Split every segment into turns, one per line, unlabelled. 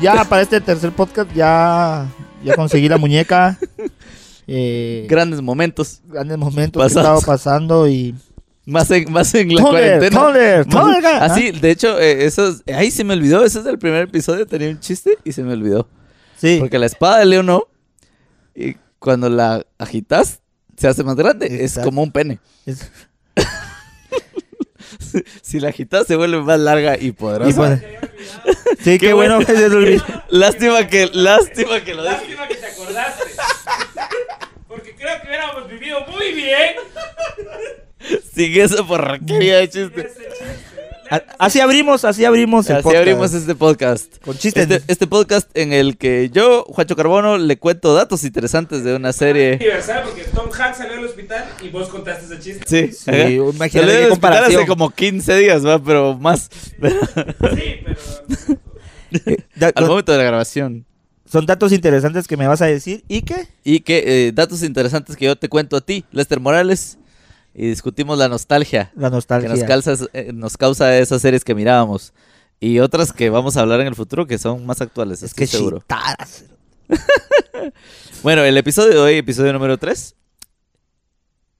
ya para este tercer podcast ya, ya conseguí la muñeca. Eh,
Grandes momentos.
grandes momentos que he estado
Pasados.
pasando y...
Más en, más en la
¡Toler,
cuarentena.
Toler,
Más-
Toler! Ah,
Así, de hecho, eh, esas. Ay, se me olvidó. Ese es el primer episodio. Tenía un chiste y se me olvidó.
Ah, Sí.
Porque la espada de Leo no. Y cuando la agitas, se hace más grande. Es
Exacto.
como un pene.
Es-
Si la agitas, se vuelve más larga y poderosa.
y bueno. Sí, qué,
Qué
bueno
bueno.
que se lo olvidó.
Lástima que, lástima que lo dije.
Lástima que te acordaste. Porque creo que hubiéramos vivido muy bien.
Sin esa porquería de chiste.
ese este chiste.
A- Así abrimos, así abrimos el
Así
podcast.
abrimos este podcast.
Con chistes.
Este, este podcast en el que yo, Juancho Carbono, le cuento datos interesantes de una serie.
Universal, porque Tom Hanks salió del hospital y vos contaste ese chiste.
Sí,
Sí,
ajá.
imagínate
Salió del
qué
hospital
comparación.
hace como 15 días, va, pero más.
Sí, pero.
Eh, da-
Al
son,
momento de la grabación.
son datos interesantes que me vas a decir. ¿Y qué?
Y que eh, datos interesantes que yo te cuento a ti, Lester Morales, y discutimos la nostalgia
La
que
nostalgia.
nos, calzas- eh, nos causa esas series que mirábamos. Y otras que vamos a hablar en el futuro que son más actuales,
es
estoy
que
seguro.
chitaras.
Bueno, el episodio de hoy, episodio número 3.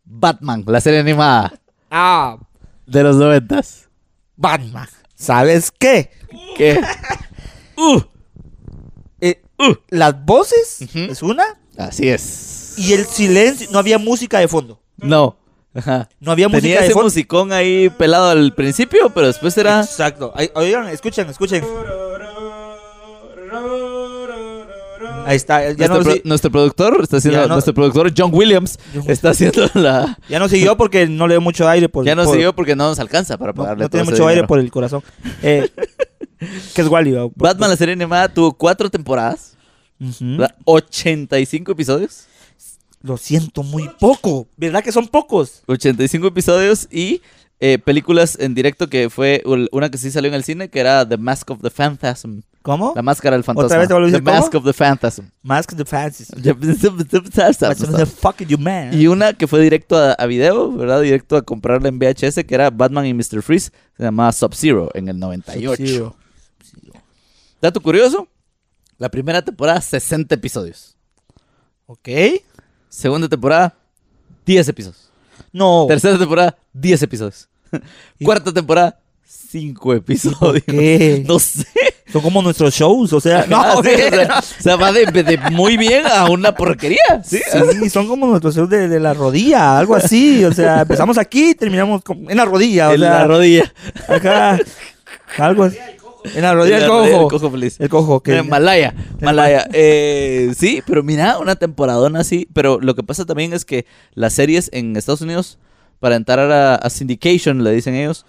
Batman, la serie animada
Ah,
de los noventas.
Batman. ¿Sabes qué?
¿Qué? ¡Uh!
Eh,
Uh.
Las voces
Ujú.
es una
Así es.
y el silencio. No había música de fondo.
No. Ajá.
No había música
Tenía
de
ese
fondo.
musicón ahí pelado al principio, pero después era...
Exacto. Ahí- Oigan, escuchen, escuchen. Ahí está. Ya
Nuestro,
no,
pro-
sí,
nuestro productor está haciendo,
Ya no-
nuestro productor John Williams
John-
está haciendo la
ya no siguió porque no le dio mucho aire. Por,
ya nos
por-
siguió porque no nos alcanza para
No,
pagarle.
no
todo
tiene
ese
mucho aire
dinero.
por el corazón. Eh, que es Wally. ¿no?
Batman la serie animada tuvo cuatro temporadas,
Ujú.
¿verdad? 85 episodios.
Lo siento muy poco. ¿Verdad que son pocos?
85 episodios y eh, películas en directo que fue ul- una que sí salió en el cine que era The Mask of the Phantasm.
¿Cómo?
La máscara del fantasma.
¿Otra vez te vuelvo a
the
decir cómo?
Mask of the Phantasm.
Mask the Fancies. What's the
The
fuck you man?
Y una que fue directo a, a video, ¿verdad? Directo a comprarla en VHS, que era Batman y Mr. Freeze, se llamaba Sub-Zero en el 98.
Sub-Zero.
Dato curioso, la primera temporada 60 episodios.
Ok.
Segunda temporada 10 episodios.
No.
Tercera temporada 10 episodios.
Oh. Y-
Cuarta temporada 5 episodios.
qué?
No sé.
Son como nuestros shows, o sea.
Ah,
No,
sí, o, sea, o sea, va de, de muy bien a una porquería. Sí.
Sí, son como nuestros shows de, de la rodilla, algo así. O sea, empezamos aquí y terminamos con- en la rodilla. O
en
sea,
la rodilla.
acá. Algo así. En la rodilla
En
del
la rodilla
cojo.
del cojo feliz.
El cojo.
Mira,
Que,
en Malaya, Malaya. Eh, sí, pero mira, una temporadona así. Pero lo que pasa también es que las series en Estados Unidos, para entrar a, a syndication, le dicen ellos,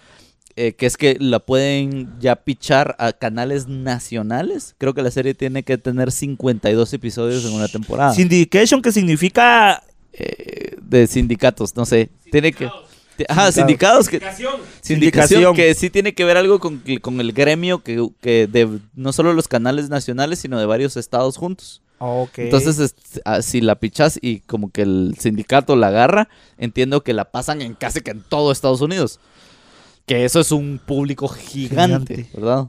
eh, que es que la pueden ya pichar a canales nacionales. Creo que la serie tiene que tener 52 episodios en una temporada.
ah, syndication que significa
Eh, de sindicatos, no sé. Tiene que... Ajá,
Sindicados.
sindicados que...
Educación.
Sindicación,
Sindicación.
que sí tiene que ver algo con, que- con el gremio que, que de no solo los canales nacionales, sino de varios estados juntos.
Ah, Ok.
Entonces, es- ah, si la pichas y como que el sindicato la agarra, entiendo que la pasan en casi que en todo Estados Unidos. Que eso es un público gigante,
Gigante.
¿verdad?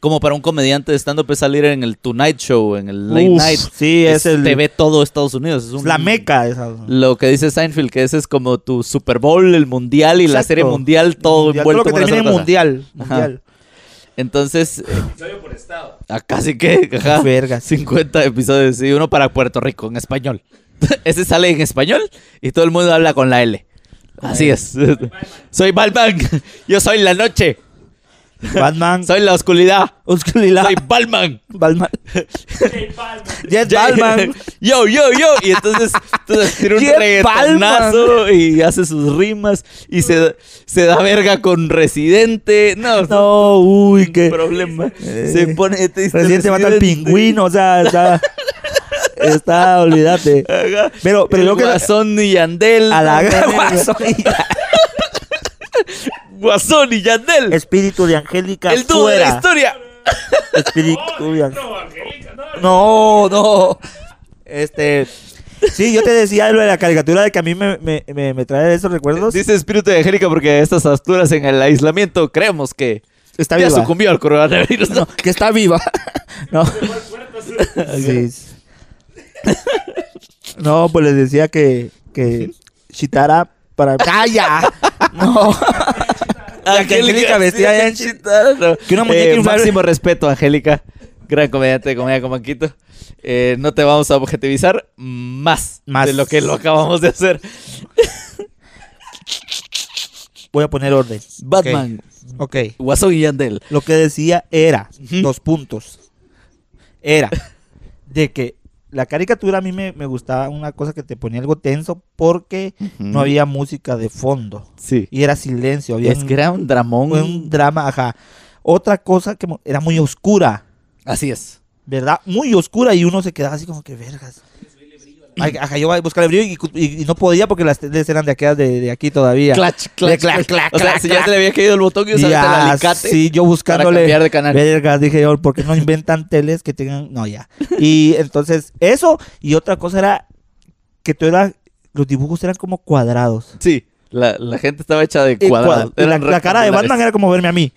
Como para un comediante de stand-up es salir en el Tonight Show, en el Late
Uf,
Night.
Sí, es, el,
Te ve todo Estados Unidos. Es
es
un-
la meca. Esa.
Lo que dice Seinfeld, que ese es como tu Super Bowl, el Mundial y la
Exacto.
Serie Mundial, todo
mundial,
envuelto
todo lo que
en una
termina en
sola cosa.
mundial.
Ajá.
mundial.
Entonces, eh,
Episodio por estado.
acá sí que, ajá,
Verga, sí.
50 episodios y uno para Puerto Rico en español. Ese sale en español y todo el mundo habla con la L. Así es. Soy Balman. Yo soy la noche.
Batman.
Soy la oscuridad.
Osculila.
Soy Balman.
Batman.
J Balvin.
Jet Batman.
Yo, yo, yo. Y entonces, entonces tira un
Jet
reggaetonazo y hace sus rimas y se, se da verga con Residente. No, no.
No, uy, qué.
problema.
Eh,
se pone triste.
Residente mata al pingüino, o sea, está. Está, olvídate.
Ajá.
Pero, pero
el
yo que.
Guasón y Yandel.
A la
Guasón y-
guasón y-
Guasón y Yandel.
Espíritu de Angélica.
el dúo de
fuera.
la historia.
Espíritu de Angélica.
No, Angélica, no.
No, no. Este. Sí, yo te decía lo de la caricatura de que a mí me, me,
Eh,
me- me trae esos recuerdos.
Dice espíritu de Angélica porque a estas alturas en el aislamiento creemos que
está
ya
viva.
sucumbió al coronavirus. ¿no?
No, que está viva. No. Sí. No, pues les decía que, que Shitara para. ¡Calla! No. La que Angélica vestía de Anchi-
Que
una muñeca inflable-
Eh, Máximo respeto, Angélica. Gran comediante de comedia con Manquito. Eh, no te vamos a objetivizar más,
Más.
de lo que lo acabamos de hacer.
Voy a poner orden.
Batman,
Ok. ok.
Guasón y Yandel.
Lo que decía era,
Ujú.
dos puntos. Era de que la caricatura a mí me, me gustaba una cosa que te ponía algo tenso porque no había música de fondo.
Sí.
Y era silencio. Había
Es
un,
que era un dramón.
un drama, ajá. Otra cosa que mo- era muy oscura,
Así es.
¿verdad? Muy oscura y uno se quedaba así como que vergas. Ay, Ajá, yo voy a buscar el brillo y, cu- y- y no podía porque las teles eran de, aquellas de, de aquí todavía.
Clutch,
clac, clac, clac,
O sea,
clac,
si ya
clac.
se le había caído el botón y
Y
usaste el
ya,
alicate.
sí, yo
Para
buscándole.
cambiar de canal.
Verga, dije yo, ¿por qué no inventan teles que tengan.? No, ya. Y entonces, eso. Y otra cosa era que tú eras. Los dibujos eran como cuadrados.
Sí. La, la gente estaba hecha de
Y cuad-
cuadrados.
y la,
Eran
la cara de
rectangulares.
Batman era como verme a mí.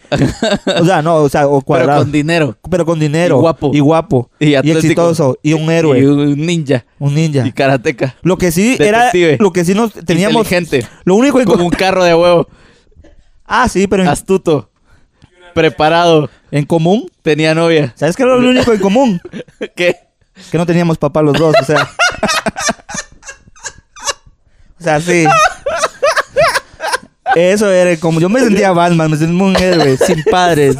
O sea, no, o sea, o
Pero
cuadrado.
con dinero.
Pero con dinero.
Y guapo.
Y guapo.
Y
Y,
atlético.
exitoso. Y un héroe.
Y un ninja.
un ninja.
Y karateca.
Lo que sí
Detective.
era. Lo que sí nos teníamos.
Inteligente.
Lo único en
Con
común.
un carro de huevo.
Ah, sí, pero en,
Astuto. Preparado.
en común.
Tenía novia.
¿Sabes qué era lo único en común?
¿Qué?
Que no teníamos papá los dos, o sea. o sea, sí. Eso era como. Yo me sentía Batman, me sentía un héroe, sin padres.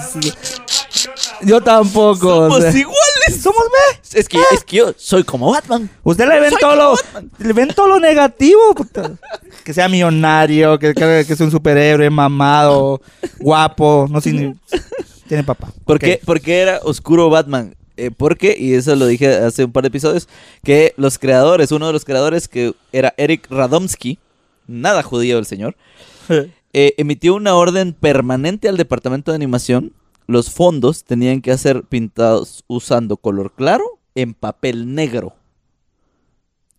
Yo tampoco. o sea.
Somos iguales.
Somos me.
Pues Es que, es que yo soy como Batman.
Usted le ven
Soy
todo lo.
Batman.
Le ven todo lo negativo. puta. Que sea millonario, que, que, que sea un superhéroe, mamado, guapo. No tiene. Tiene papá.
¿Por,
Ok.
qué, por qué era oscuro Batman? Eh, porque, y eso lo dije hace un par de episodios, que los creadores, uno de los creadores que era Eric Radomski, nada judío el señor, eh, emitió una orden permanente al departamento de animación. Los fondos tenían que ser pintados usando color claro en papel negro.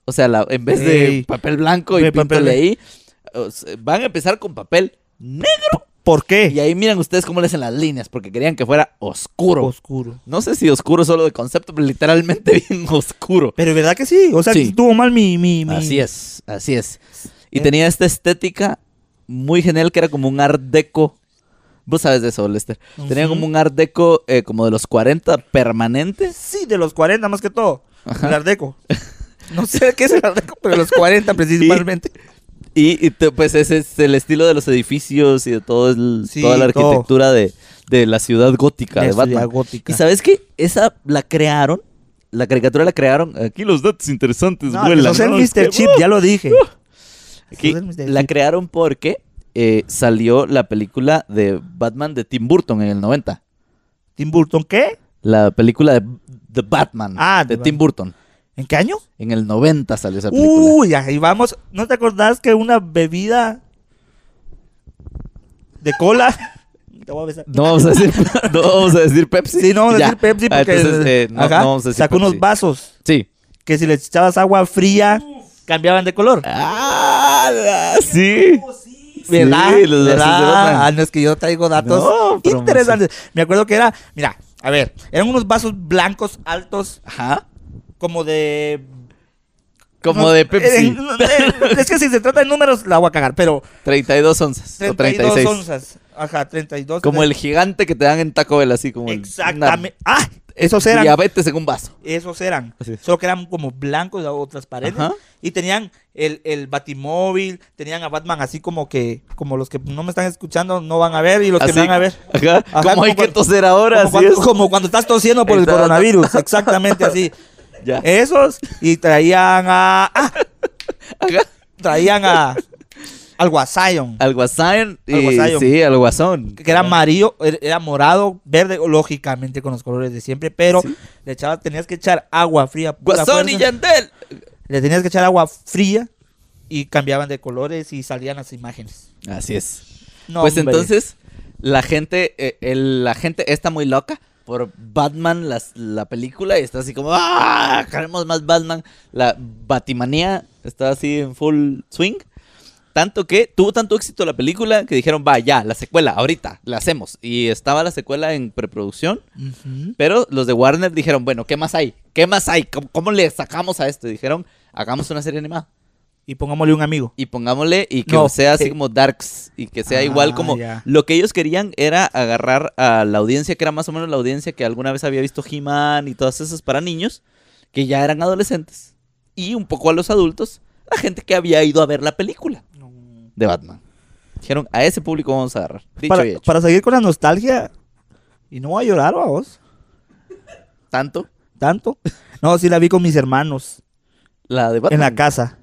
O sea, la- en vez de
Ey.
papel blanco y
De papel
papel ahí, o sea, van a empezar con papel negro.
¿Por
Y
qué?
ahí miran ustedes cómo le hacen las líneas, porque querían que fuera oscuro.
Oscuro.
No sé si oscuro solo de concepto, pero literalmente bien oscuro.
Pero verdad que sí. O sea,
Sí.
estuvo mal mi, mi, mi-
Así es, así es.
Eh.
Y tenía esta estética muy genial que era como un art deco. Vos sabes de eso, Lester. Tenía
Ujú.
como un art deco eh, como de los 40 permanente.
Sí, de los 40 más que todo. El Ardeco. No sé qué es el Ardeco, pero los 40 principalmente.
Y, y te- pues ese es el estilo de los edificios y de todo el-
Sí,
toda la
todo.
arquitectura de, de la ciudad gótica de, Batman.
gótica.
¿Y sabes qué? Esa la crearon, la caricatura la crearon. Aquí los datos interesantes
No, que
vuelan.
sos el
¿no?
Mr. Chip, ya lo dije.
Aquí
Sos el Mr.
Uh. la
Chip.
crearon porque eh, salió la película de Batman de Tim Burton en el 90.
Tim Burton, ¿qué?
La película de The Batman
Ah,
de
de
Tim
Batman.
Burton.
¿En qué año?
En el 90 salió esa película.
Uy, ahí vamos. ¿No te acordás que una bebida de cola? Te voy a besar.
No vamos a decir, no vamos a decir Pepsi.
Sí, no vamos
Ya.
a decir Pepsi
Ah,
porque
entonces, eh, no,
ajá,
no vamos a decir
sacó unos
Pepsi.
vasos
Sí.
que si les echabas agua fría cambiaban de color.
Ah, la- sí.
¿Verdad?
Sí, los
¿Verdad?
vasos de Batman.
Ah, no, es que yo traigo datos
No, pero
interesantes. Me acuerdo que era, mira, a ver, eran unos vasos blancos altos
Ajá.
como de...
Como
no,
de Pepsi.
eh, eh, es que si se trata de números la voy a cagar, pero
32 onzas. o
32
36.
onzas. Ajá, 32.
Como el gigante que te dan en Taco Bell, así como el-
Exactamente. Ah,
una-
esos eran.
Diabetes en un vaso.
Esos eran.
Así es.
Solo que eran como blancos o transparentes.
Ajá.
Y tenían el, el batimóvil, tenían a Batman así como que, como los que no me están escuchando no van a ver y los
Así,
que van a ver.
Ajá.
Ajá,
como hay que
cuando-
toser ahora,
como,
así
cuando, como cuando estás tosiendo por el
Exacto.
coronavirus. Exactamente así.
es. Ya.
Esos y traían a. ah,
Ajá.
traían a. Al Guasayon.
Al guasón. y-
Al guasón.
Sí, al guasón.
Que era amarillo, er- era morado, verde, lógicamente con los colores de siempre, pero le echaba, tenías que echar agua fría. pura
Guasón y
fuerza.
Yandel.
Le tenías que echar agua fría y cambiaban de colores y salían las imágenes.
Así es.
No,
pues
hombre.
entonces, la gente, eh, el- la gente está muy loca por Batman, las- la película, y está así como, ¡ah! Queremos más Batman. La Batimanía está así en full swing. Tanto que tuvo tanto éxito la película que dijeron, va, ya, la secuela, ahorita, la hacemos. Y estaba la secuela en preproducción,
Ujú.
pero los de Warner dijeron, bueno, ¿qué más hay? ¿Qué más hay? ¿Cómo, cómo le sacamos a esto? Y dijeron, hagamos una serie animada.
Y pongámosle un amigo.
Y pongámosle y que
No,
sea así
eh.
como Darks y que sea
Ah,
igual como...
ya.
Lo que ellos querían era agarrar a la audiencia, que era más o menos la audiencia que alguna vez había visto He-Man y todas esas para niños, que ya eran adolescentes. Y un poco a los adultos, la gente que había ido a ver la película de Batman. Dijeron, a ese público vamos a agarrar. Dicho
Para,
y hecho.
para seguir con la nostalgia. Y no voy a llorar, a vos.
Tanto
Tanto. No, sí la vi con mis hermanos.
la de
En
Batman.
la casa.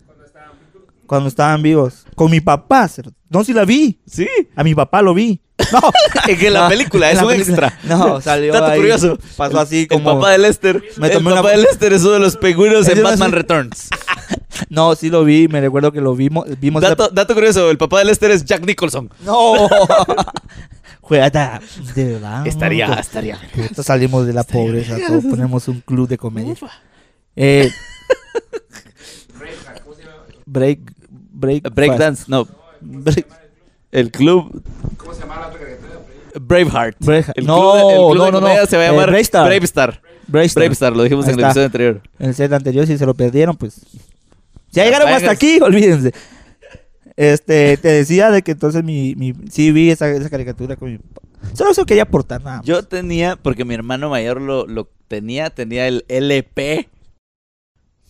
Cuando estaban vivos. Con mi papá. cer- No, sí la vi.
Sí,
A mi papá lo vi.
no, es que la
No,
película
en
es
la
un
película.
extra.
No, salió
Dato
ahí.
curioso.
Pasó así
El
como...
papá de Lester.
Me
el
tomé una-
papá de Lester es uno de los pingüinos
Es
en
una-
Batman Returns.
No, sí lo vi. Me recuerdo que lo vimos. vimos esa-
Dato, dato curioso, el papá de Lester es Jack Nicholson.
No. Juega de verdad.
Estaría,
Puta,
estaría.
puta, salimos de la pobreza. todos ponemos un club de comedia. Eh, break, break,
Breakdance, no. Break- el club.
¿Cómo se llama la otra caricatura?
Braveheart.
Breakha-
el
no,
de- el club de
no, no,
comedia
no.
se va a
Eh,
llamar
Brave Star.
Brave Star.
Brave Star.
Brave Star, lo dijimos
Ahí
en el
está.
episodio anterior.
En el set anterior, si se lo perdieron, pues. Ya
Ya
llegaron
pagas.
hasta aquí, olvídense. Este, te decía de que entonces mi, mi sí vi esa, esa caricatura con mi papá. Solo eso quería aportar nada. más.
Yo tenía, porque mi hermano mayor lo, lo tenía, tenía el LP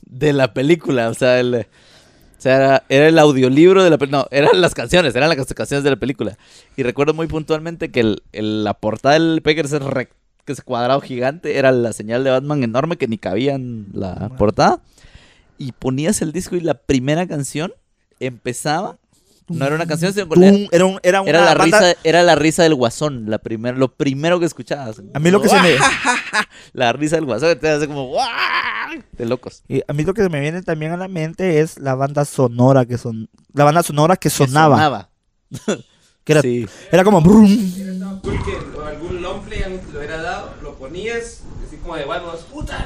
de la película. O sea, el, o sea era, era el audiolibro de la película. No, eran las canciones, eran las canciones de la película. Y recuerdo muy puntualmente que el, el- la portada del LP, que era ese rec- que ese cuadrado gigante, era la señal de Batman enorme que ni cabía en la
Bueno.
portada. Y ponías el disco y la primera canción empezaba. No era una canción, sino con-
Tum, era, un- era una
era la,
banda-
risa, era la risa del guasón, la primer, lo primero que escuchabas.
A mí lo que se me.
La risa del guasón te hace como "Guau", de locos.
Y a mí lo que se me viene también a la mente es la banda sonora que son la banda sonora que sonaba, que, era,
Sí.
era como brum.
Estaba cool que o algún longplay lo hubiera dado, lo ponías, así como de Batman, puta.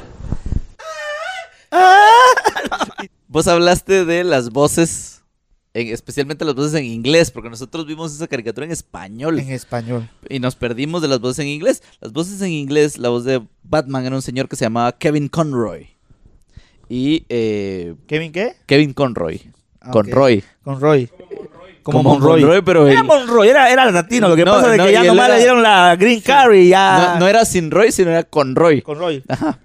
Vos hablaste de las voces, en- especialmente las voces en inglés, porque nosotros vimos esa caricatura en español
en español.
y nos perdimos de las voces en inglés. Las voces en inglés, la voz de Batman era un señor que se llamaba Kevin Conroy. Y eh,
Kevin qué?
Kevin Conroy.
Ah,
Conroy.
Con Roy. Como
Como
Monroy.
Monroy, pero
Era
el-
Monroy, era, era latino. Lo que
No,
pasa es
no,
que ya
y él
nomás
era-
le dieron la green card y ya.
No, no era Ah. sin Roy, sino era Conroy.
Con Roy.
Ajá.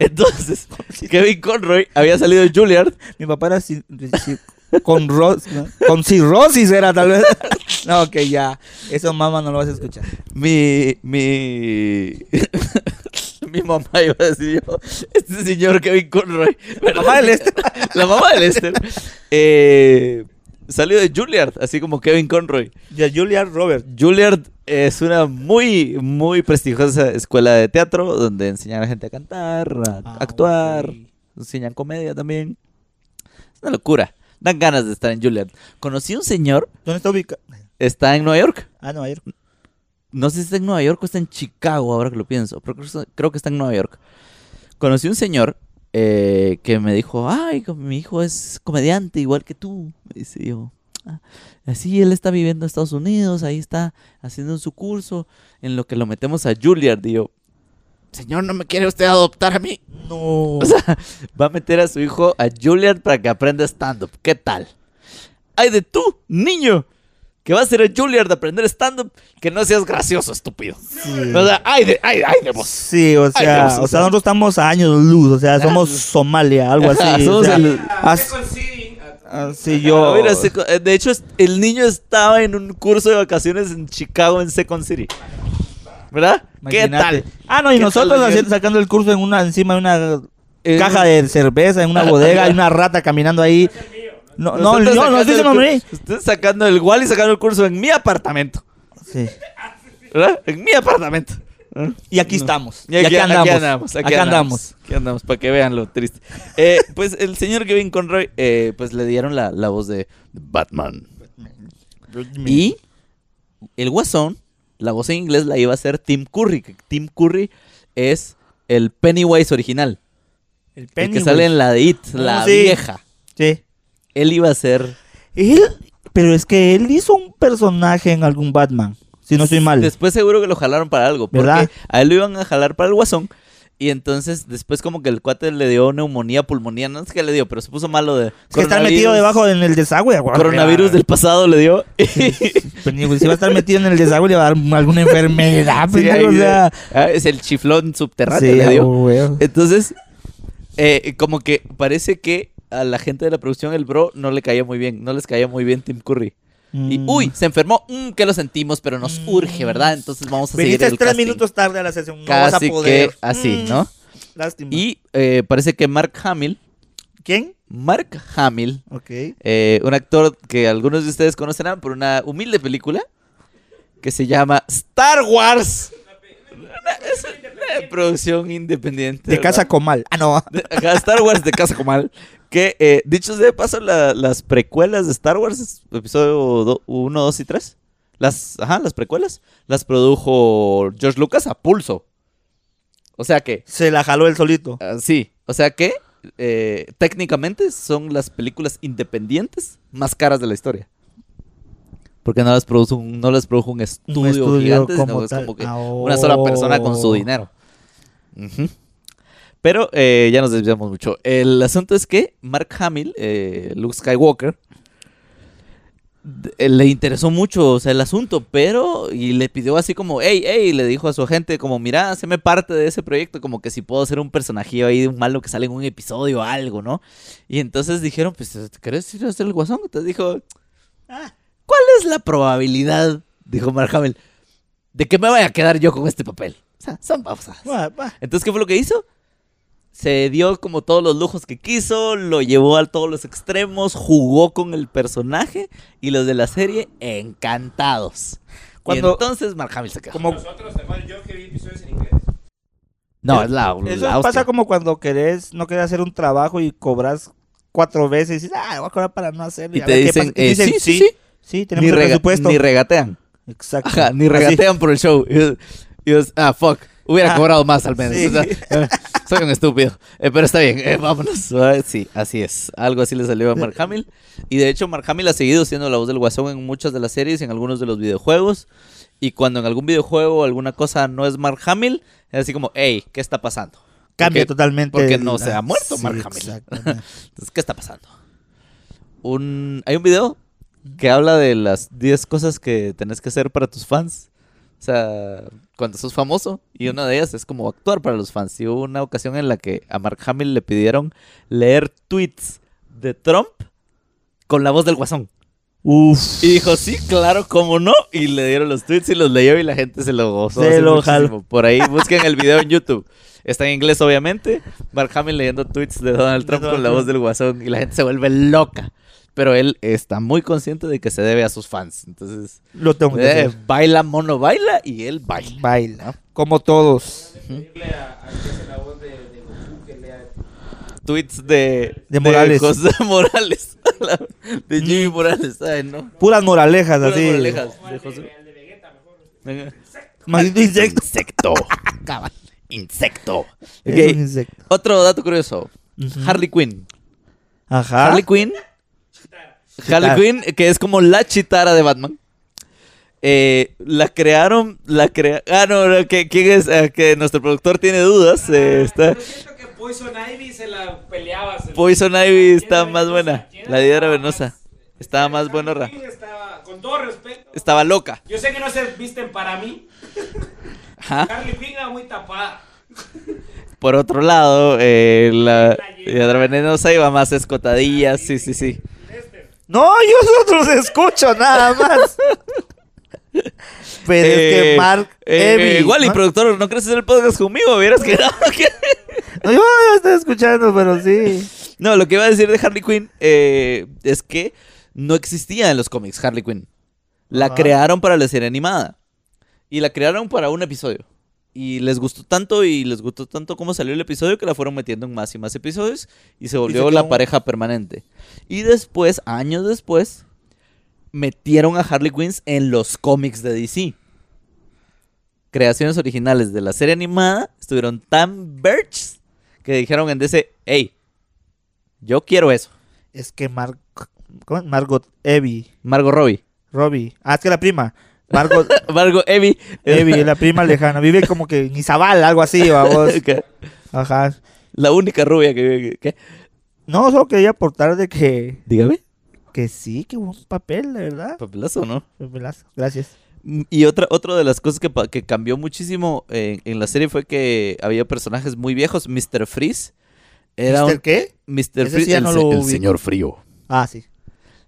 Entonces, Kevin Conroy había salido de Juilliard.
Mi papá era si- si- con ros- con cirrosis era tal vez. No, que ya. Eso mamá no lo vas a escuchar.
Mi. Mi. mi mamá iba a decir yo. Este señor Kevin Conroy. ¿verdad?
Mamá del Este.
La mamá de Lester. eh, salió de Juilliard, así como Kevin Conroy.
De Julia Robert.
Juilliard es una muy, muy prestigiosa escuela de teatro donde enseñan a la gente a cantar, a
Ah,
actuar. enseñan comedia también. Es una locura. Dan ganas de estar en Juilliard. Conocí un señor,
¿Dónde está ubicado?
está en Nueva York.
Ah, no, ayer.
No sé si está en Nueva York o está en Chicago, ahora que lo pienso. Pero creo que- creo que está en Nueva York. Conocí un señor eh, que me dijo, ay, co- mi hijo es comediante igual que tú. Me dice yo, "Ah, así él está viviendo en Estados Unidos, ahí está haciendo su curso, en lo que lo metemos a Juilliard. Y yo, señor, ¿no me quiere usted adoptar a mí?
No.
va a meter a su hijo a Juilliard para que aprenda stand-up. ¿Qué tal? Ay de tú, niño, que vas a ir a Juilliard a aprender stand-up, que no seas gracioso, estúpido.
Sí.
O sea, ay de, ay, ay de vos.
Sí, o sea,
Dios,
o
o sea.
sea, nosotros estamos a años luz, o sea, somos Somalia, algo así.
Ajá, somos
o sea,
el-
as-
Second City.
así yo.
Mira, se- eh, de hecho, es- el niño estaba en un curso de vacaciones en Chicago, en Second City. ¿Verdad?
Imagínate.
¿Qué tal? Eh,
Ah, no, y
¿Qué
nosotros
tal, Daniel?
haciendo- sacando el curso en una, encima de una
En-
caja de cerveza, en una bodega, hay una rata caminando ahí. No, no, no,
Nosotros
no,
sacando
sí,
el
se
cur-
me
Ustedes sacando el wall y sacando el curso en mi apartamento.
Sí.
¿Verdad? En mi apartamento. ¿Eh?
Y aquí estamos.
Y aquí,
aquí andamos.
aquí andamos. Aquí, andamos. Aquí andamos, para que vean lo triste. Eh, pues el señor Kevin Conroy, eh, pues le dieron la, la voz de Batman. Y el guasón, la voz en inglés la iba a hacer Tim Curry. que Tim Curry es el Pennywise original.
El
El que sale en la de It,
Ah,
la
sí.
vieja.
Sí.
Él iba a ser...
Él- Pero es que él hizo un personaje en algún Batman, si no estoy mal.
Después seguro que lo jalaron para algo, porque
¿Verdad?
a él lo iban a jalar para el guasón. Y entonces después como que el cuate le dio neumonía, pulmonía, no sé qué le dio, pero se puso malo de...
Es que estar metido
coronavirus-
debajo en el desagüe. güey.
Coronavirus del pasado le dio.
Pendejo, Si va a estar metido en el desagüe, le va a dar alguna enfermedad.
Sí, ahí
pendejo, o
de-
sea.
ah, es el chiflón subterráneo
Sí,
le dio.
ah, güey.
Entonces, eh, como que parece que a la gente de la producción el bro no le caía muy bien, no les caía muy bien Tim Curry. Y
Mm.
uy, se enfermó, mm, que lo sentimos, pero nos urge, ¿verdad? Entonces vamos a seguir
Veniste
el
tres
casting.
minutos tarde a la sesión. No vas a
Casi
poder.
que así,
Mm,
¿no?
Lástima.
Y eh, parece que Mark Hamill,
quién?
Mark Hamill,
Ok.
eh, un actor que algunos de ustedes conocerán por una humilde película que se llama Star Wars. Es una producción independiente.
De Casa
¿verdad?
Comal. Ah, no.
De- ajá, Star Wars de Casa Comal. Que, eh, dicho sea de paso, la- las precuelas de Star Wars, episodio 1, 2 y 3, las, ajá, las precuelas, las produjo George Lucas a pulso. O sea que,
Se la jaló él solito.
Ah, sí, o sea que eh, técnicamente son las películas independientes más caras de la historia. Porque no las produjo un, no las produjo un estudio,
estudio
gigante, sino
como
es
tal.
como que
Ah,
una sola persona
oh.
con su dinero. Ujú. Pero eh, ya nos desviamos mucho. El asunto es que Mark Hamill, eh, Luke Skywalker, d- eh, le interesó mucho o sea, el asunto, pero y le pidió así como, hey, hey, le dijo a su agente como, mira, haceme parte de ese proyecto, como que si puedo hacer un personajillo ahí de un malo que sale en un episodio o algo, ¿no? Y entonces dijeron, pues, ¿te ¿querés ir a hacer el guasón? Entonces dijo, "Ah, ¿cuál es la probabilidad? Dijo Mark Hamill, de que me vaya a quedar yo con este papel. O sea, son pausas.
Ah, va.
Entonces, ¿qué fue lo que hizo? Se dio como todos los lujos que quiso, lo llevó a todos los extremos, jugó con el personaje y los de la serie encantados. Cuando
Cuando-
entonces Mark Hamill se quedó.
Como,
Nosotros, además, yo que vi episodios en inglés.
No, es la,
eso
la hostia.
pasa como cuando querés, no querés hacer un trabajo y cobras cuatro veces y dices, ah, voy a cobrar para no hacerlo.
y
a
te
ver qué
dicen,
pasa. Y
eh,
dicen,
sí, sí, sí.
sí,
Ni,
tenemos el
rega-
presupuesto.
ni regatean.
Exacto.
Ajá, ni
Así.
regatean por el show. Y, y es, ah, fuck. Hubiera
Ah,
cobrado más al menos.
sí.
O sea, eh, soy un estúpido. Eh, pero está bien, eh, vámonos. Ah, Sí, así es. Algo así le salió a Mark Hamill. Y de hecho, Mark Hamill ha seguido siendo la voz del guasón en muchas de las series, en algunos de los videojuegos. Y cuando en algún videojuego alguna cosa no es Mark Hamill, es así como, hey, ¿qué está pasando?
Cambia
Porque-
totalmente.
porque
el-
no se ha muerto
Sí,
Mark Hamill.
exactamente.
Entonces, ¿qué está pasando? Un... Hay un video que habla de las 10 cosas que tenés que hacer para tus fans. O sea, cuando sos famoso. Y una de ellas es como actuar para los fans. Y hubo una ocasión en la que a Mark Hamill le pidieron leer tweets de Trump con la voz del guasón.
Uf.
Y dijo, sí, claro, cómo no. Y le dieron los tweets y los leyó y la gente se lo gozó.
Se
así
lo
muchísimo.
jaló.
Por ahí busquen el video en YouTube. Está en inglés, obviamente. Mark Hamill leyendo tweets de Donald
De
Trump
Donald
con la voz del guasón y la gente se vuelve loca. Pero él está muy consciente de que se debe a sus fans. Entonces,
Lo tengo que
eh,
hacer.
baila mono, baila y él baila.
Baila. Como todos.
Pedirle a, a Ah, que hace la voz de, de Goku que lea.
Tweets de...
De Morales. Mm.
José Morales. de Jimmy Morales. Ay, no.
Puras moralejas
Puras
así.
moralejas
O
de
al de,
José.
al de Vegeta, mejor.
Venga.
Maldito insecto.
Insecto. Cabal. Insecto.
Ah, Es un insecto.
Otro dato curioso.
Ujú. ¿Ah?
Harley Quinn.
Ajá.
Harley Quinn. Harley Quinn, que es como la chitara de Batman. Eh, la crearon, la crea... Ah, no, no, que, ¿quién es? Ah, que nuestro productor tiene dudas. eh, está...
Yo siento que Poison Ivy se la peleaba. se la-
Poison Ivy está más buena.
¿Quién
La
era
hiedra
más-
venosa. Estaba más buenorra.
Estaba- Con todo respeto.
Estaba loca.
Yo sé que no se visten para mí.
Ajá.
Harley Quinn era muy tapada.
Por otro lado, eh, la
La hiedra.
hiedra venenosa iba más escotadilla. Sí, sí, sí.
No, yo solo los escucho nada más. Pero es
Eh,
que Mark
eh, eh,
Evie,
Wally,
¿no?
productor, ¿no crees hacer el podcast conmigo? Hubieras quedado aquí.
No, yo lo estoy escuchando, pero sí.
No, lo que iba a decir de Harley Quinn eh, es que no existía en los cómics Harley Quinn. La
Ajá.
crearon para la serie animada. Y la crearon para un episodio. Y les gustó tanto y les gustó tanto cómo salió el episodio que la fueron metiendo en más y más episodios y se volvió
quedó
la
un-
pareja permanente. Y después, años después, metieron a Harley Quinn en los cómics de DC. Creaciones originales de la serie animada estuvieron tan birchs que dijeron en DC, hey, yo quiero eso.
Es que Mark ¿cómo es? Margot Evi,
Margot Robbie.
Robbie. Ah, es que la prima. Margot
Margot Evi.
Evi, es la prima lejana. Vive como que en Izabal, algo así, vamos.
Que-
Ajá.
La única rubia que vive. ¿Qué?
No, solo quería aportar de que,
Dígame.
que sí, que un papel, la verdad.
Papelazo, ¿no?
Papelazo. Gracias.
Mm, Y otra, otra de las cosas que, pa- que cambió muchísimo en, en la serie fue que había personajes muy viejos. Mr. Freeze era
¿Mister qué?
un. Mr.
Ese sí ya
Freeze.
no
el,
lo
se- el
ubico.
señor frío.
Ah, sí.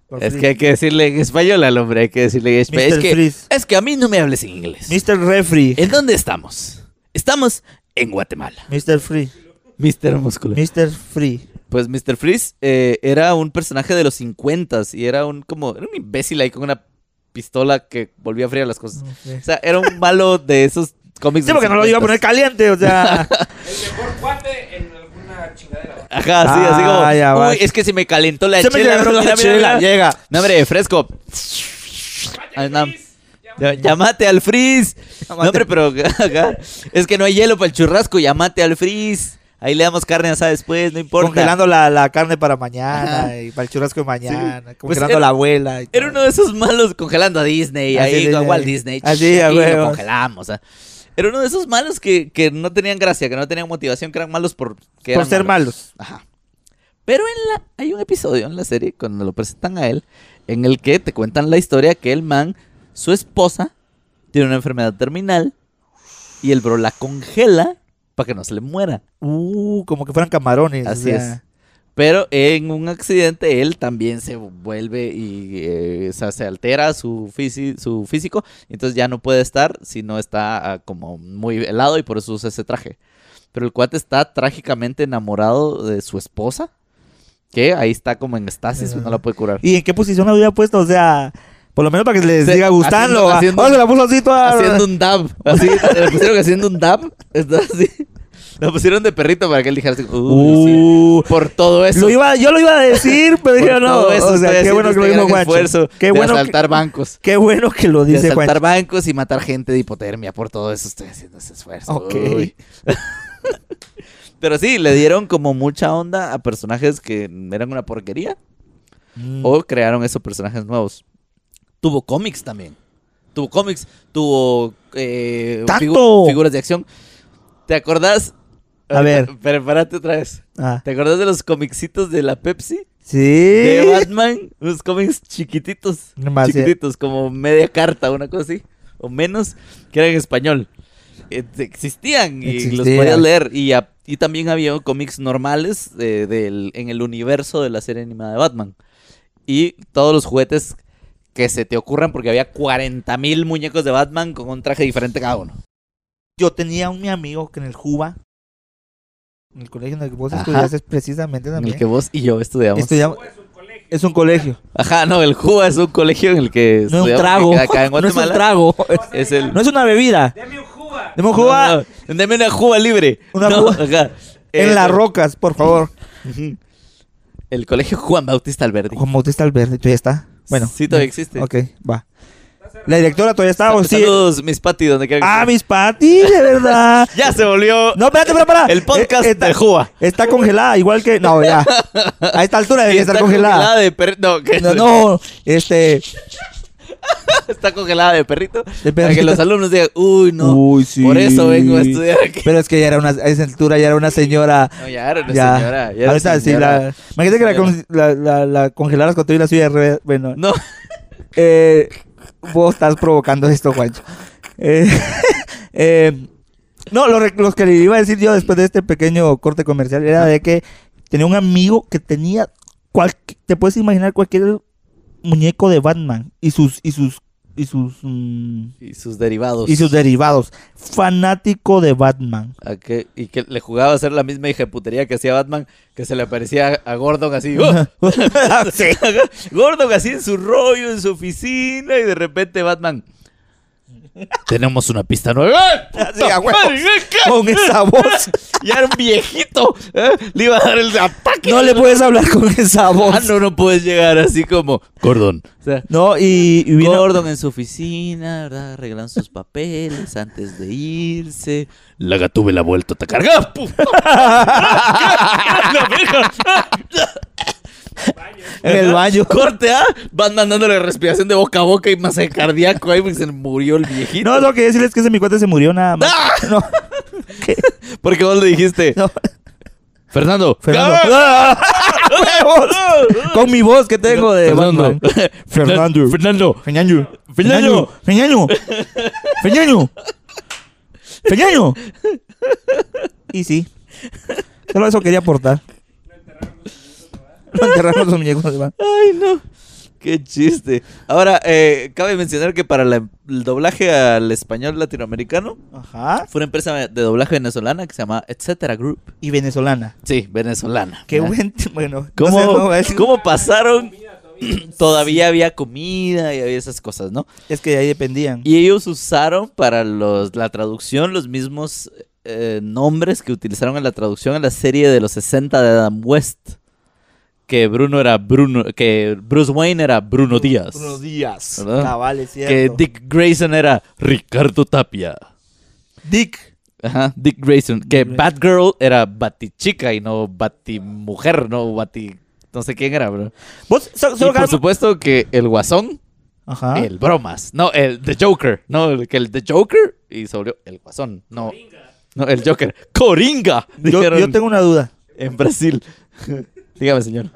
Por
Es
Frizz.
que hay que decirle en español al hombre, hay que decirle en español. Es
Mr.
que,
Freeze.
es que a mí no me hables en inglés.
Mr. Refri.
¿En dónde estamos? Estamos en Guatemala.
Mr. Free.
Mr. Músculo.
Mr. Free.
Pues Mr. Freeze eh, era un personaje de los 50 y era un como era un imbécil ahí con una pistola que volvía a friar las cosas. O sea, era un malo de esos cómics.
Mm. Sí,
de los
porque no lo iba a poner
50s.
caliente, o sea.
El mejor cuate en alguna chingadera.
Ajá, sí, así como.
Ah, ya
Uy,
vas.
es que se me calentó la
Se me
chela,
llegó
bro,
la
mira, mira,
chela,
mira.
llega.
No, hombre, fresco. Ah, no. Ya- Llámate al Freeze. No, hombre, pero ajá. es que no hay hielo para el churrasco. Llámate al Freeze. Ahí le damos carne asada después, no importa.
Congelando la, la carne para mañana
Ajá. Pues
y para el churrasco de mañana. Congelando
era-
la abuela. y
Era
todo.
uno de esos malos congelando a Disney,
Así
ahí
de-
con Walt Disney.
así,
ch,
Ah, a
aquí lo
huevos.
congelamos. ah. Era uno de esos malos que, que no tenían gracia, que no tenían motivación, que eran malos por, que
Por
eran
ser malos.
Ajá. Pero en la, hay un episodio en la serie, cuando lo presentan a él, en el que te cuentan la historia que el man, su esposa, tiene una enfermedad terminal y el bro la congela para que no se le muera.
Uh, como que fueran camarones. o
Así
sea.
es. Pero en un accidente él también se vuelve y eh, o sea, se altera su, fisi- su físico. Entonces ya no puede estar si no está ah, como muy helado y por eso usa ese traje. Pero el cuate está trágicamente enamorado de su esposa. Que ahí está como en estasis, no la puede curar.
¿Y en qué posición la hubiera puesto? O sea, por lo menos para que les
Se-
siga gustando.
haciendo-
ah.
haciendo-
Oh, se la puso así toda.
Haciendo un dab. Así, le pusieron haciendo un dab. Está así. Lo pusieron de perrito para que él dijera así, "Uy, sí".
Uh,
Por todo eso.
lo iba, yo lo iba a decir, pero
Por
dije no.
todo eso
O sea,
estoy
qué
haciendo
bueno que lo
este
dijo
gran esfuerzo
Guancho. Qué
de
bueno,
asaltar
que,
bancos.
qué bueno que lo
De
dice
asaltar
Guancho.
bancos y matar gente de hipotermia. Por todo eso estoy haciendo ese esfuerzo.
Ok.
Uy. Pero sí, le dieron como mucha onda a personajes que eran una porquería.
Mm.
O crearon esos personajes nuevos. Tuvo cómics también. Tuvo cómics, tuvo eh,
¡Tanto!
figuras de acción. ¿Te acordás?
A
Ahorita, Prepárate otra vez.
Ah,
¿Te acordás de los comicsitos de la Pepsi?
sí.
de Batman, unos cómics chiquititos,
Demasiado.
chiquititos, como media carta, una cosa así, o menos, que eran en español. Eh, Existían y los
Existían.
podías leer. Y, a- y también había cómics normales eh, del, en el universo de la serie animada de Batman. Y todos los juguetes que se te ocurran, porque había 40.000 muñecos de Batman con un traje diferente cada uno.
yo tenía un mi amigo que en el Juba, en el colegio en el que vos
Ajá.
estudiaste precisamente
En
también. Este-
el que vos y yo estudiamos.
estudiamos-
Es un colegio.
es un colegio,
Ajá, no, el Juba es un colegio en el que
no es un
estudiamos, que
trago.
queda Acá en
no es un
Guatemala.
trago.
es el-
No es una bebida.
Dame un juga.
Deme un Juba
No, no, Deme una juba libre.
Una juba.
No, ajá. Eh,
en las rocas, por favor.
El colegio Juan Bautista Alberdi.
Juan Bautista Alberti, todavía está. Bueno.
Sí, todavía existe.
Ok, va. La directora todavía está, o sí.
Ah, Saludos, mis pati, donde quiera que
Ah,
estés.
mis Pati, de verdad.
Ya se volvió
No, espérate, espera, para.
el podcast
Eh, está,
de Juba.
está congelada, igual que. No, ya. A esta altura
Y
debería
está
estar congelada.
de perrito. No, que-
No, no, este.
está congelada de perrito. Para que
perrito.
los alumnos digan, uy, no.
Uy, sí.
Por eso vengo a estudiar aquí.
Pero es que ya era una, a esa altura ya era una señora.
No, ya era una
ya.
señora. Ya era
Ahorita sí,
señora.
la. Imagínate que la, con- la, la, la congelaras con tu y la suya de ruedas. Bueno,
No,
eh, vos estás provocando esto, Juancho. Eh, eh, no, lo, re- lo que le iba a decir yo después de este pequeño corte comercial era de que tenía un amigo que tenía. cual- te puedes imaginar cualquier muñeco de Batman y sus. Y sus y sus mm,
y sus derivados.
y sus derivados. Fanático de Batman.
¿A qué? Y que le jugaba a hacer la misma putería que hacía Batman, que se le aparecía a Gordon así. ¡oh! Gordon así en su rollo, en su oficina, y de repente Batman. Tenemos una pista nueva. ¡Ay,
Así,
puta
a huevos.
madre! ¡Ay, qué!
Con esa voz.
Ya era un viejito. ¿eh? Le iba a dar el ataque.
No le puedes hablar con esa voz.
Ah, no, no puedes llegar así como Gordon. O sea,
No, y, y vino-
Gordon en su oficina, ¿verdad? Arreglan sus papeles antes de irse.
La gatúbela ha vuelto a atacar. ¡Ah! ¡Puf!
¡La verga!
baño.
En el baño.
Corte, ¿ah? Van mandándole respiración de boca a boca y más cardíaco ahí porque se murió el viejito.
No, lo que decirles es que ese mi cuate se murió nada más. No,
Porque vos le dijiste,
no.
Fernando, ¡Ah!
Fernando. ¡Ah! ¡Huevos! Con mi voz que tengo de
Fernando.
Batman. Fernando.
Fernando.
Feñaño.
Feñaño.
Feñaño. Feñaño. Feñaño. Y sí. Solo eso quería aportar. Lo enterraron los muñecos de Batman.
Ay, no. Qué chiste. Ahora, eh, cabe mencionar que para la- el doblaje al español latinoamericano
Ajá.
fue una empresa de doblaje venezolana que se llama Etcétera Group.
Y venezolana.
Sí, venezolana.
Qué
Ah.
buen. Bueno. no
¿Cómo,
sé, no voy a decir-
¿Cómo pasaron?
Mira, todavía.
Todavía había comida y había esas cosas, ¿no?
Es que de ahí dependían.
Y ellos usaron para los, la traducción los mismos eh, nombres que utilizaron en la traducción en la serie de los 60 de Adam West. Que Bruno era Bruno, que Bruce Wayne era Bruno Díaz.
Unos días.
¿Verdad?
Cabal, es cierto.
que Dick Grayson era Ricardo Tapia.
Dick.
Ajá, Dick Grayson. Que
Grayson.
Batgirl era Batichica y no Batimujer, no Bati... No sé quién era, bro.
Vos, so-
Y
solo
por
Carlos-
supuesto que el Guasón
Ajá.
El bromas. No, el The Joker. No, el, que el The Joker y se volvió el guasón. No, no el Joker. Coringa.
Yo,
Dijeron
yo tengo una duda.
en Brasil. Dígame, señor.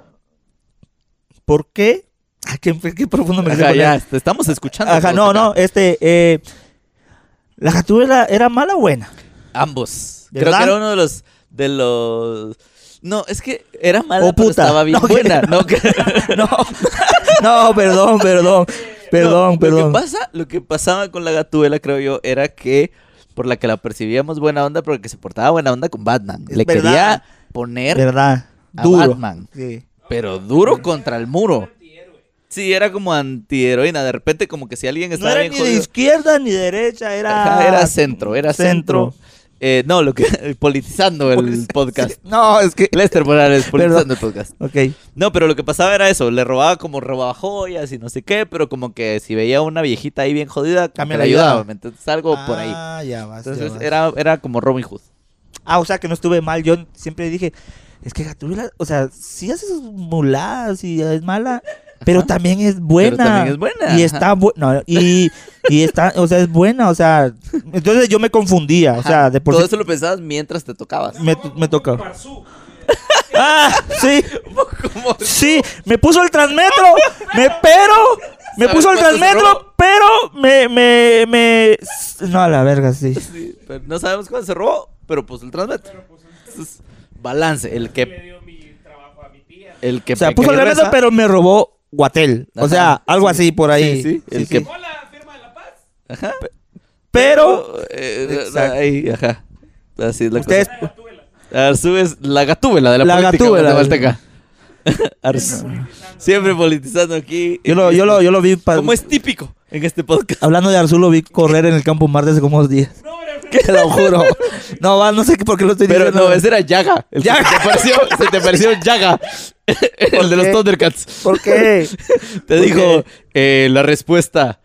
¿Por qué? Ah, qué, qué profundo me quise
Ajá,
poner.
ya, te estamos escuchando.
Ajá,
todos
no,
acá.
no, este, eh, ¿la Jatú era, era mala o buena?
Ambos. Creo
¿Verdad?
que era uno de los, de los... No, es que era mala,
Oh,
pero
puta.
estaba bien
No, que-
buena. No, que-
No, no, perdón, perdón, perdón,
No,
perdón.
Lo que, pasa, lo que pasaba con la gatuela, creo yo, era que por la que la percibíamos buena onda, porque se portaba buena onda con Batman.
Es
Le
verdad.
quería poner
¿Verdad?
a
Duro.
Batman.
Sí.
Pero duro contra el muro. Sí, era como antiheroína. De repente, como que si alguien
No
estaba
era
bien
ni de
jodido.
izquierda ni derecha,
Ajá,
era...
Era centro, era centro. Eh, no, lo que politizando el
Pues,
podcast.
sí. No, es que...
Lester Morales politizando el podcast.
Ok,
No, pero lo que pasaba era eso. Le robaba como robaba joyas y no sé qué, pero como que si veía a una viejita ahí bien jodida, como
Cambia
que
la
le ayudaba.
ayuda.
¿me entiendes? Algo por ahí.
Ah, ya vas, ya
Entonces
vas.
era, era como Robin Hood.
Ah, o sea, que no estuve mal. Yo siempre dije, es que Gatúbela, o sea, sí hace sus muladas y es mala, pero también es buena.
también es buena,
Y
ajá.
está buena. Y, y está, o sea, es buena, o sea. Entonces yo me confundía, o sea, de por
Todo
sí.
eso lo pensabas mientras te tocabas.
Me, me toca.
Parzú.
¡Ah! Sí,
Como-
sí, me puso el transmetro, me pero, me
¿Sabes
puso el
cuánto se
transmetro,
robó?
pero me, me, me. No, a la verga, sí.
Sí, pero no sabemos cuándo se robó, pero puso el transmetro. Entonces, balance, el
Le
que
dio mi trabajo a mi tía.
el que
O sea,
peca
puso
y
el transmetro,
reza.
pero me robó Guatel. O
Ajá,
sea, algo así por ahí.
Sí, sí, el que-
Hola, firma de la paz.
Ajá.
Pero
eh,
Exacto.
ahí, ajá. Así es la
Ustedes-
cosa.
Gatuela.
Arzú es la gatúbela de la,
La
política
gatúbela.
guatemalteca. Arzú. Siempre politizando aquí. este-
Yo lo, yo lo, yo lo vi pa-
Como es típico en este podcast.
hablando de Arzú, lo vi correr en el campo Marte hace como dos días.
No, era firma.
Te lo juro. No, va, no sé por qué lo estoy
Pero
diciendo.
no, ese era Yaga. El que
Yaga.
Se te pareció, se te pareció Yaga. El de los
qué?
Thundercats.
¿Por qué?
Te
¿Por
dijo, eh, la respuesta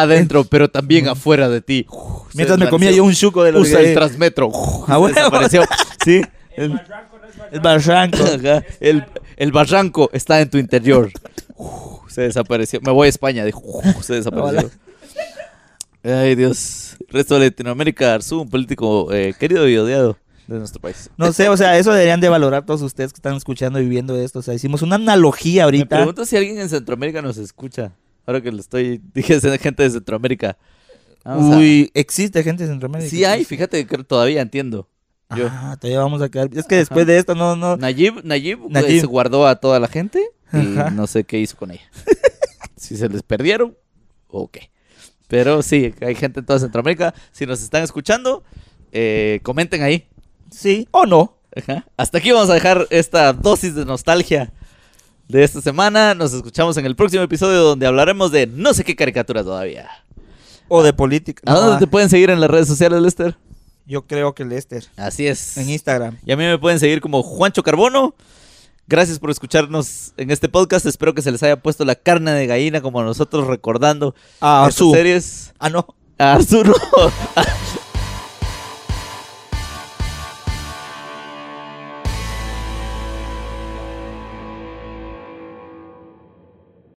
adentro, pero también afuera de ti.
Mientras me comía yo un chuco de los
Usa el
que...
transmetro.
Ah, bueno.
Desapareció. Sí. El,
El barranco no es barranco.
El barranco.
ajá, el- el barranco está en tu interior. Se desapareció. Me voy a España. Dijo, se desapareció. Ay, Dios. Resto de Latinoamérica, Arzú, un político eh, querido y odiado de nuestro país.
No sé, o sea, eso deberían de valorar todos ustedes que están escuchando y viendo esto. O sea, hicimos una analogía
Me
ahorita.
pregunto si alguien en Centroamérica nos escucha. Ahora que lo estoy, dije gente de Centroamérica. Vamos a-
Uy, existe gente de Centroamérica.
ah, Sí hay, fíjate que todavía entiendo. Yo.
Ah, todavía vamos a quedar. Es que después de esto no, no.
Nayib, Nayib, eh,
Nayib.
se guardó a toda la gente y
Ajá.
no sé qué hizo con ella. si se les perdieron o qué. Pero sí, hay gente en toda Centroamérica. Si nos están escuchando, eh, comenten ahí.
Sí. O no.
Ajá. Hasta aquí vamos a dejar esta dosis de nostalgia de esta semana. Nos escuchamos en el próximo episodio donde hablaremos de no sé qué caricatura todavía.
O de política.
¿A
No,
dónde
ah,
te pueden seguir en las redes sociales, Lester?
Yo creo que Lester.
Así es.
En Instagram.
Y a mí me pueden seguir como Juancho Carbono. Gracias por escucharnos en este podcast. Espero que se les haya puesto la carne de gallina como a nosotros recordando
A
estas
Arzú.
series.
Ah, no.
A Arzú, no.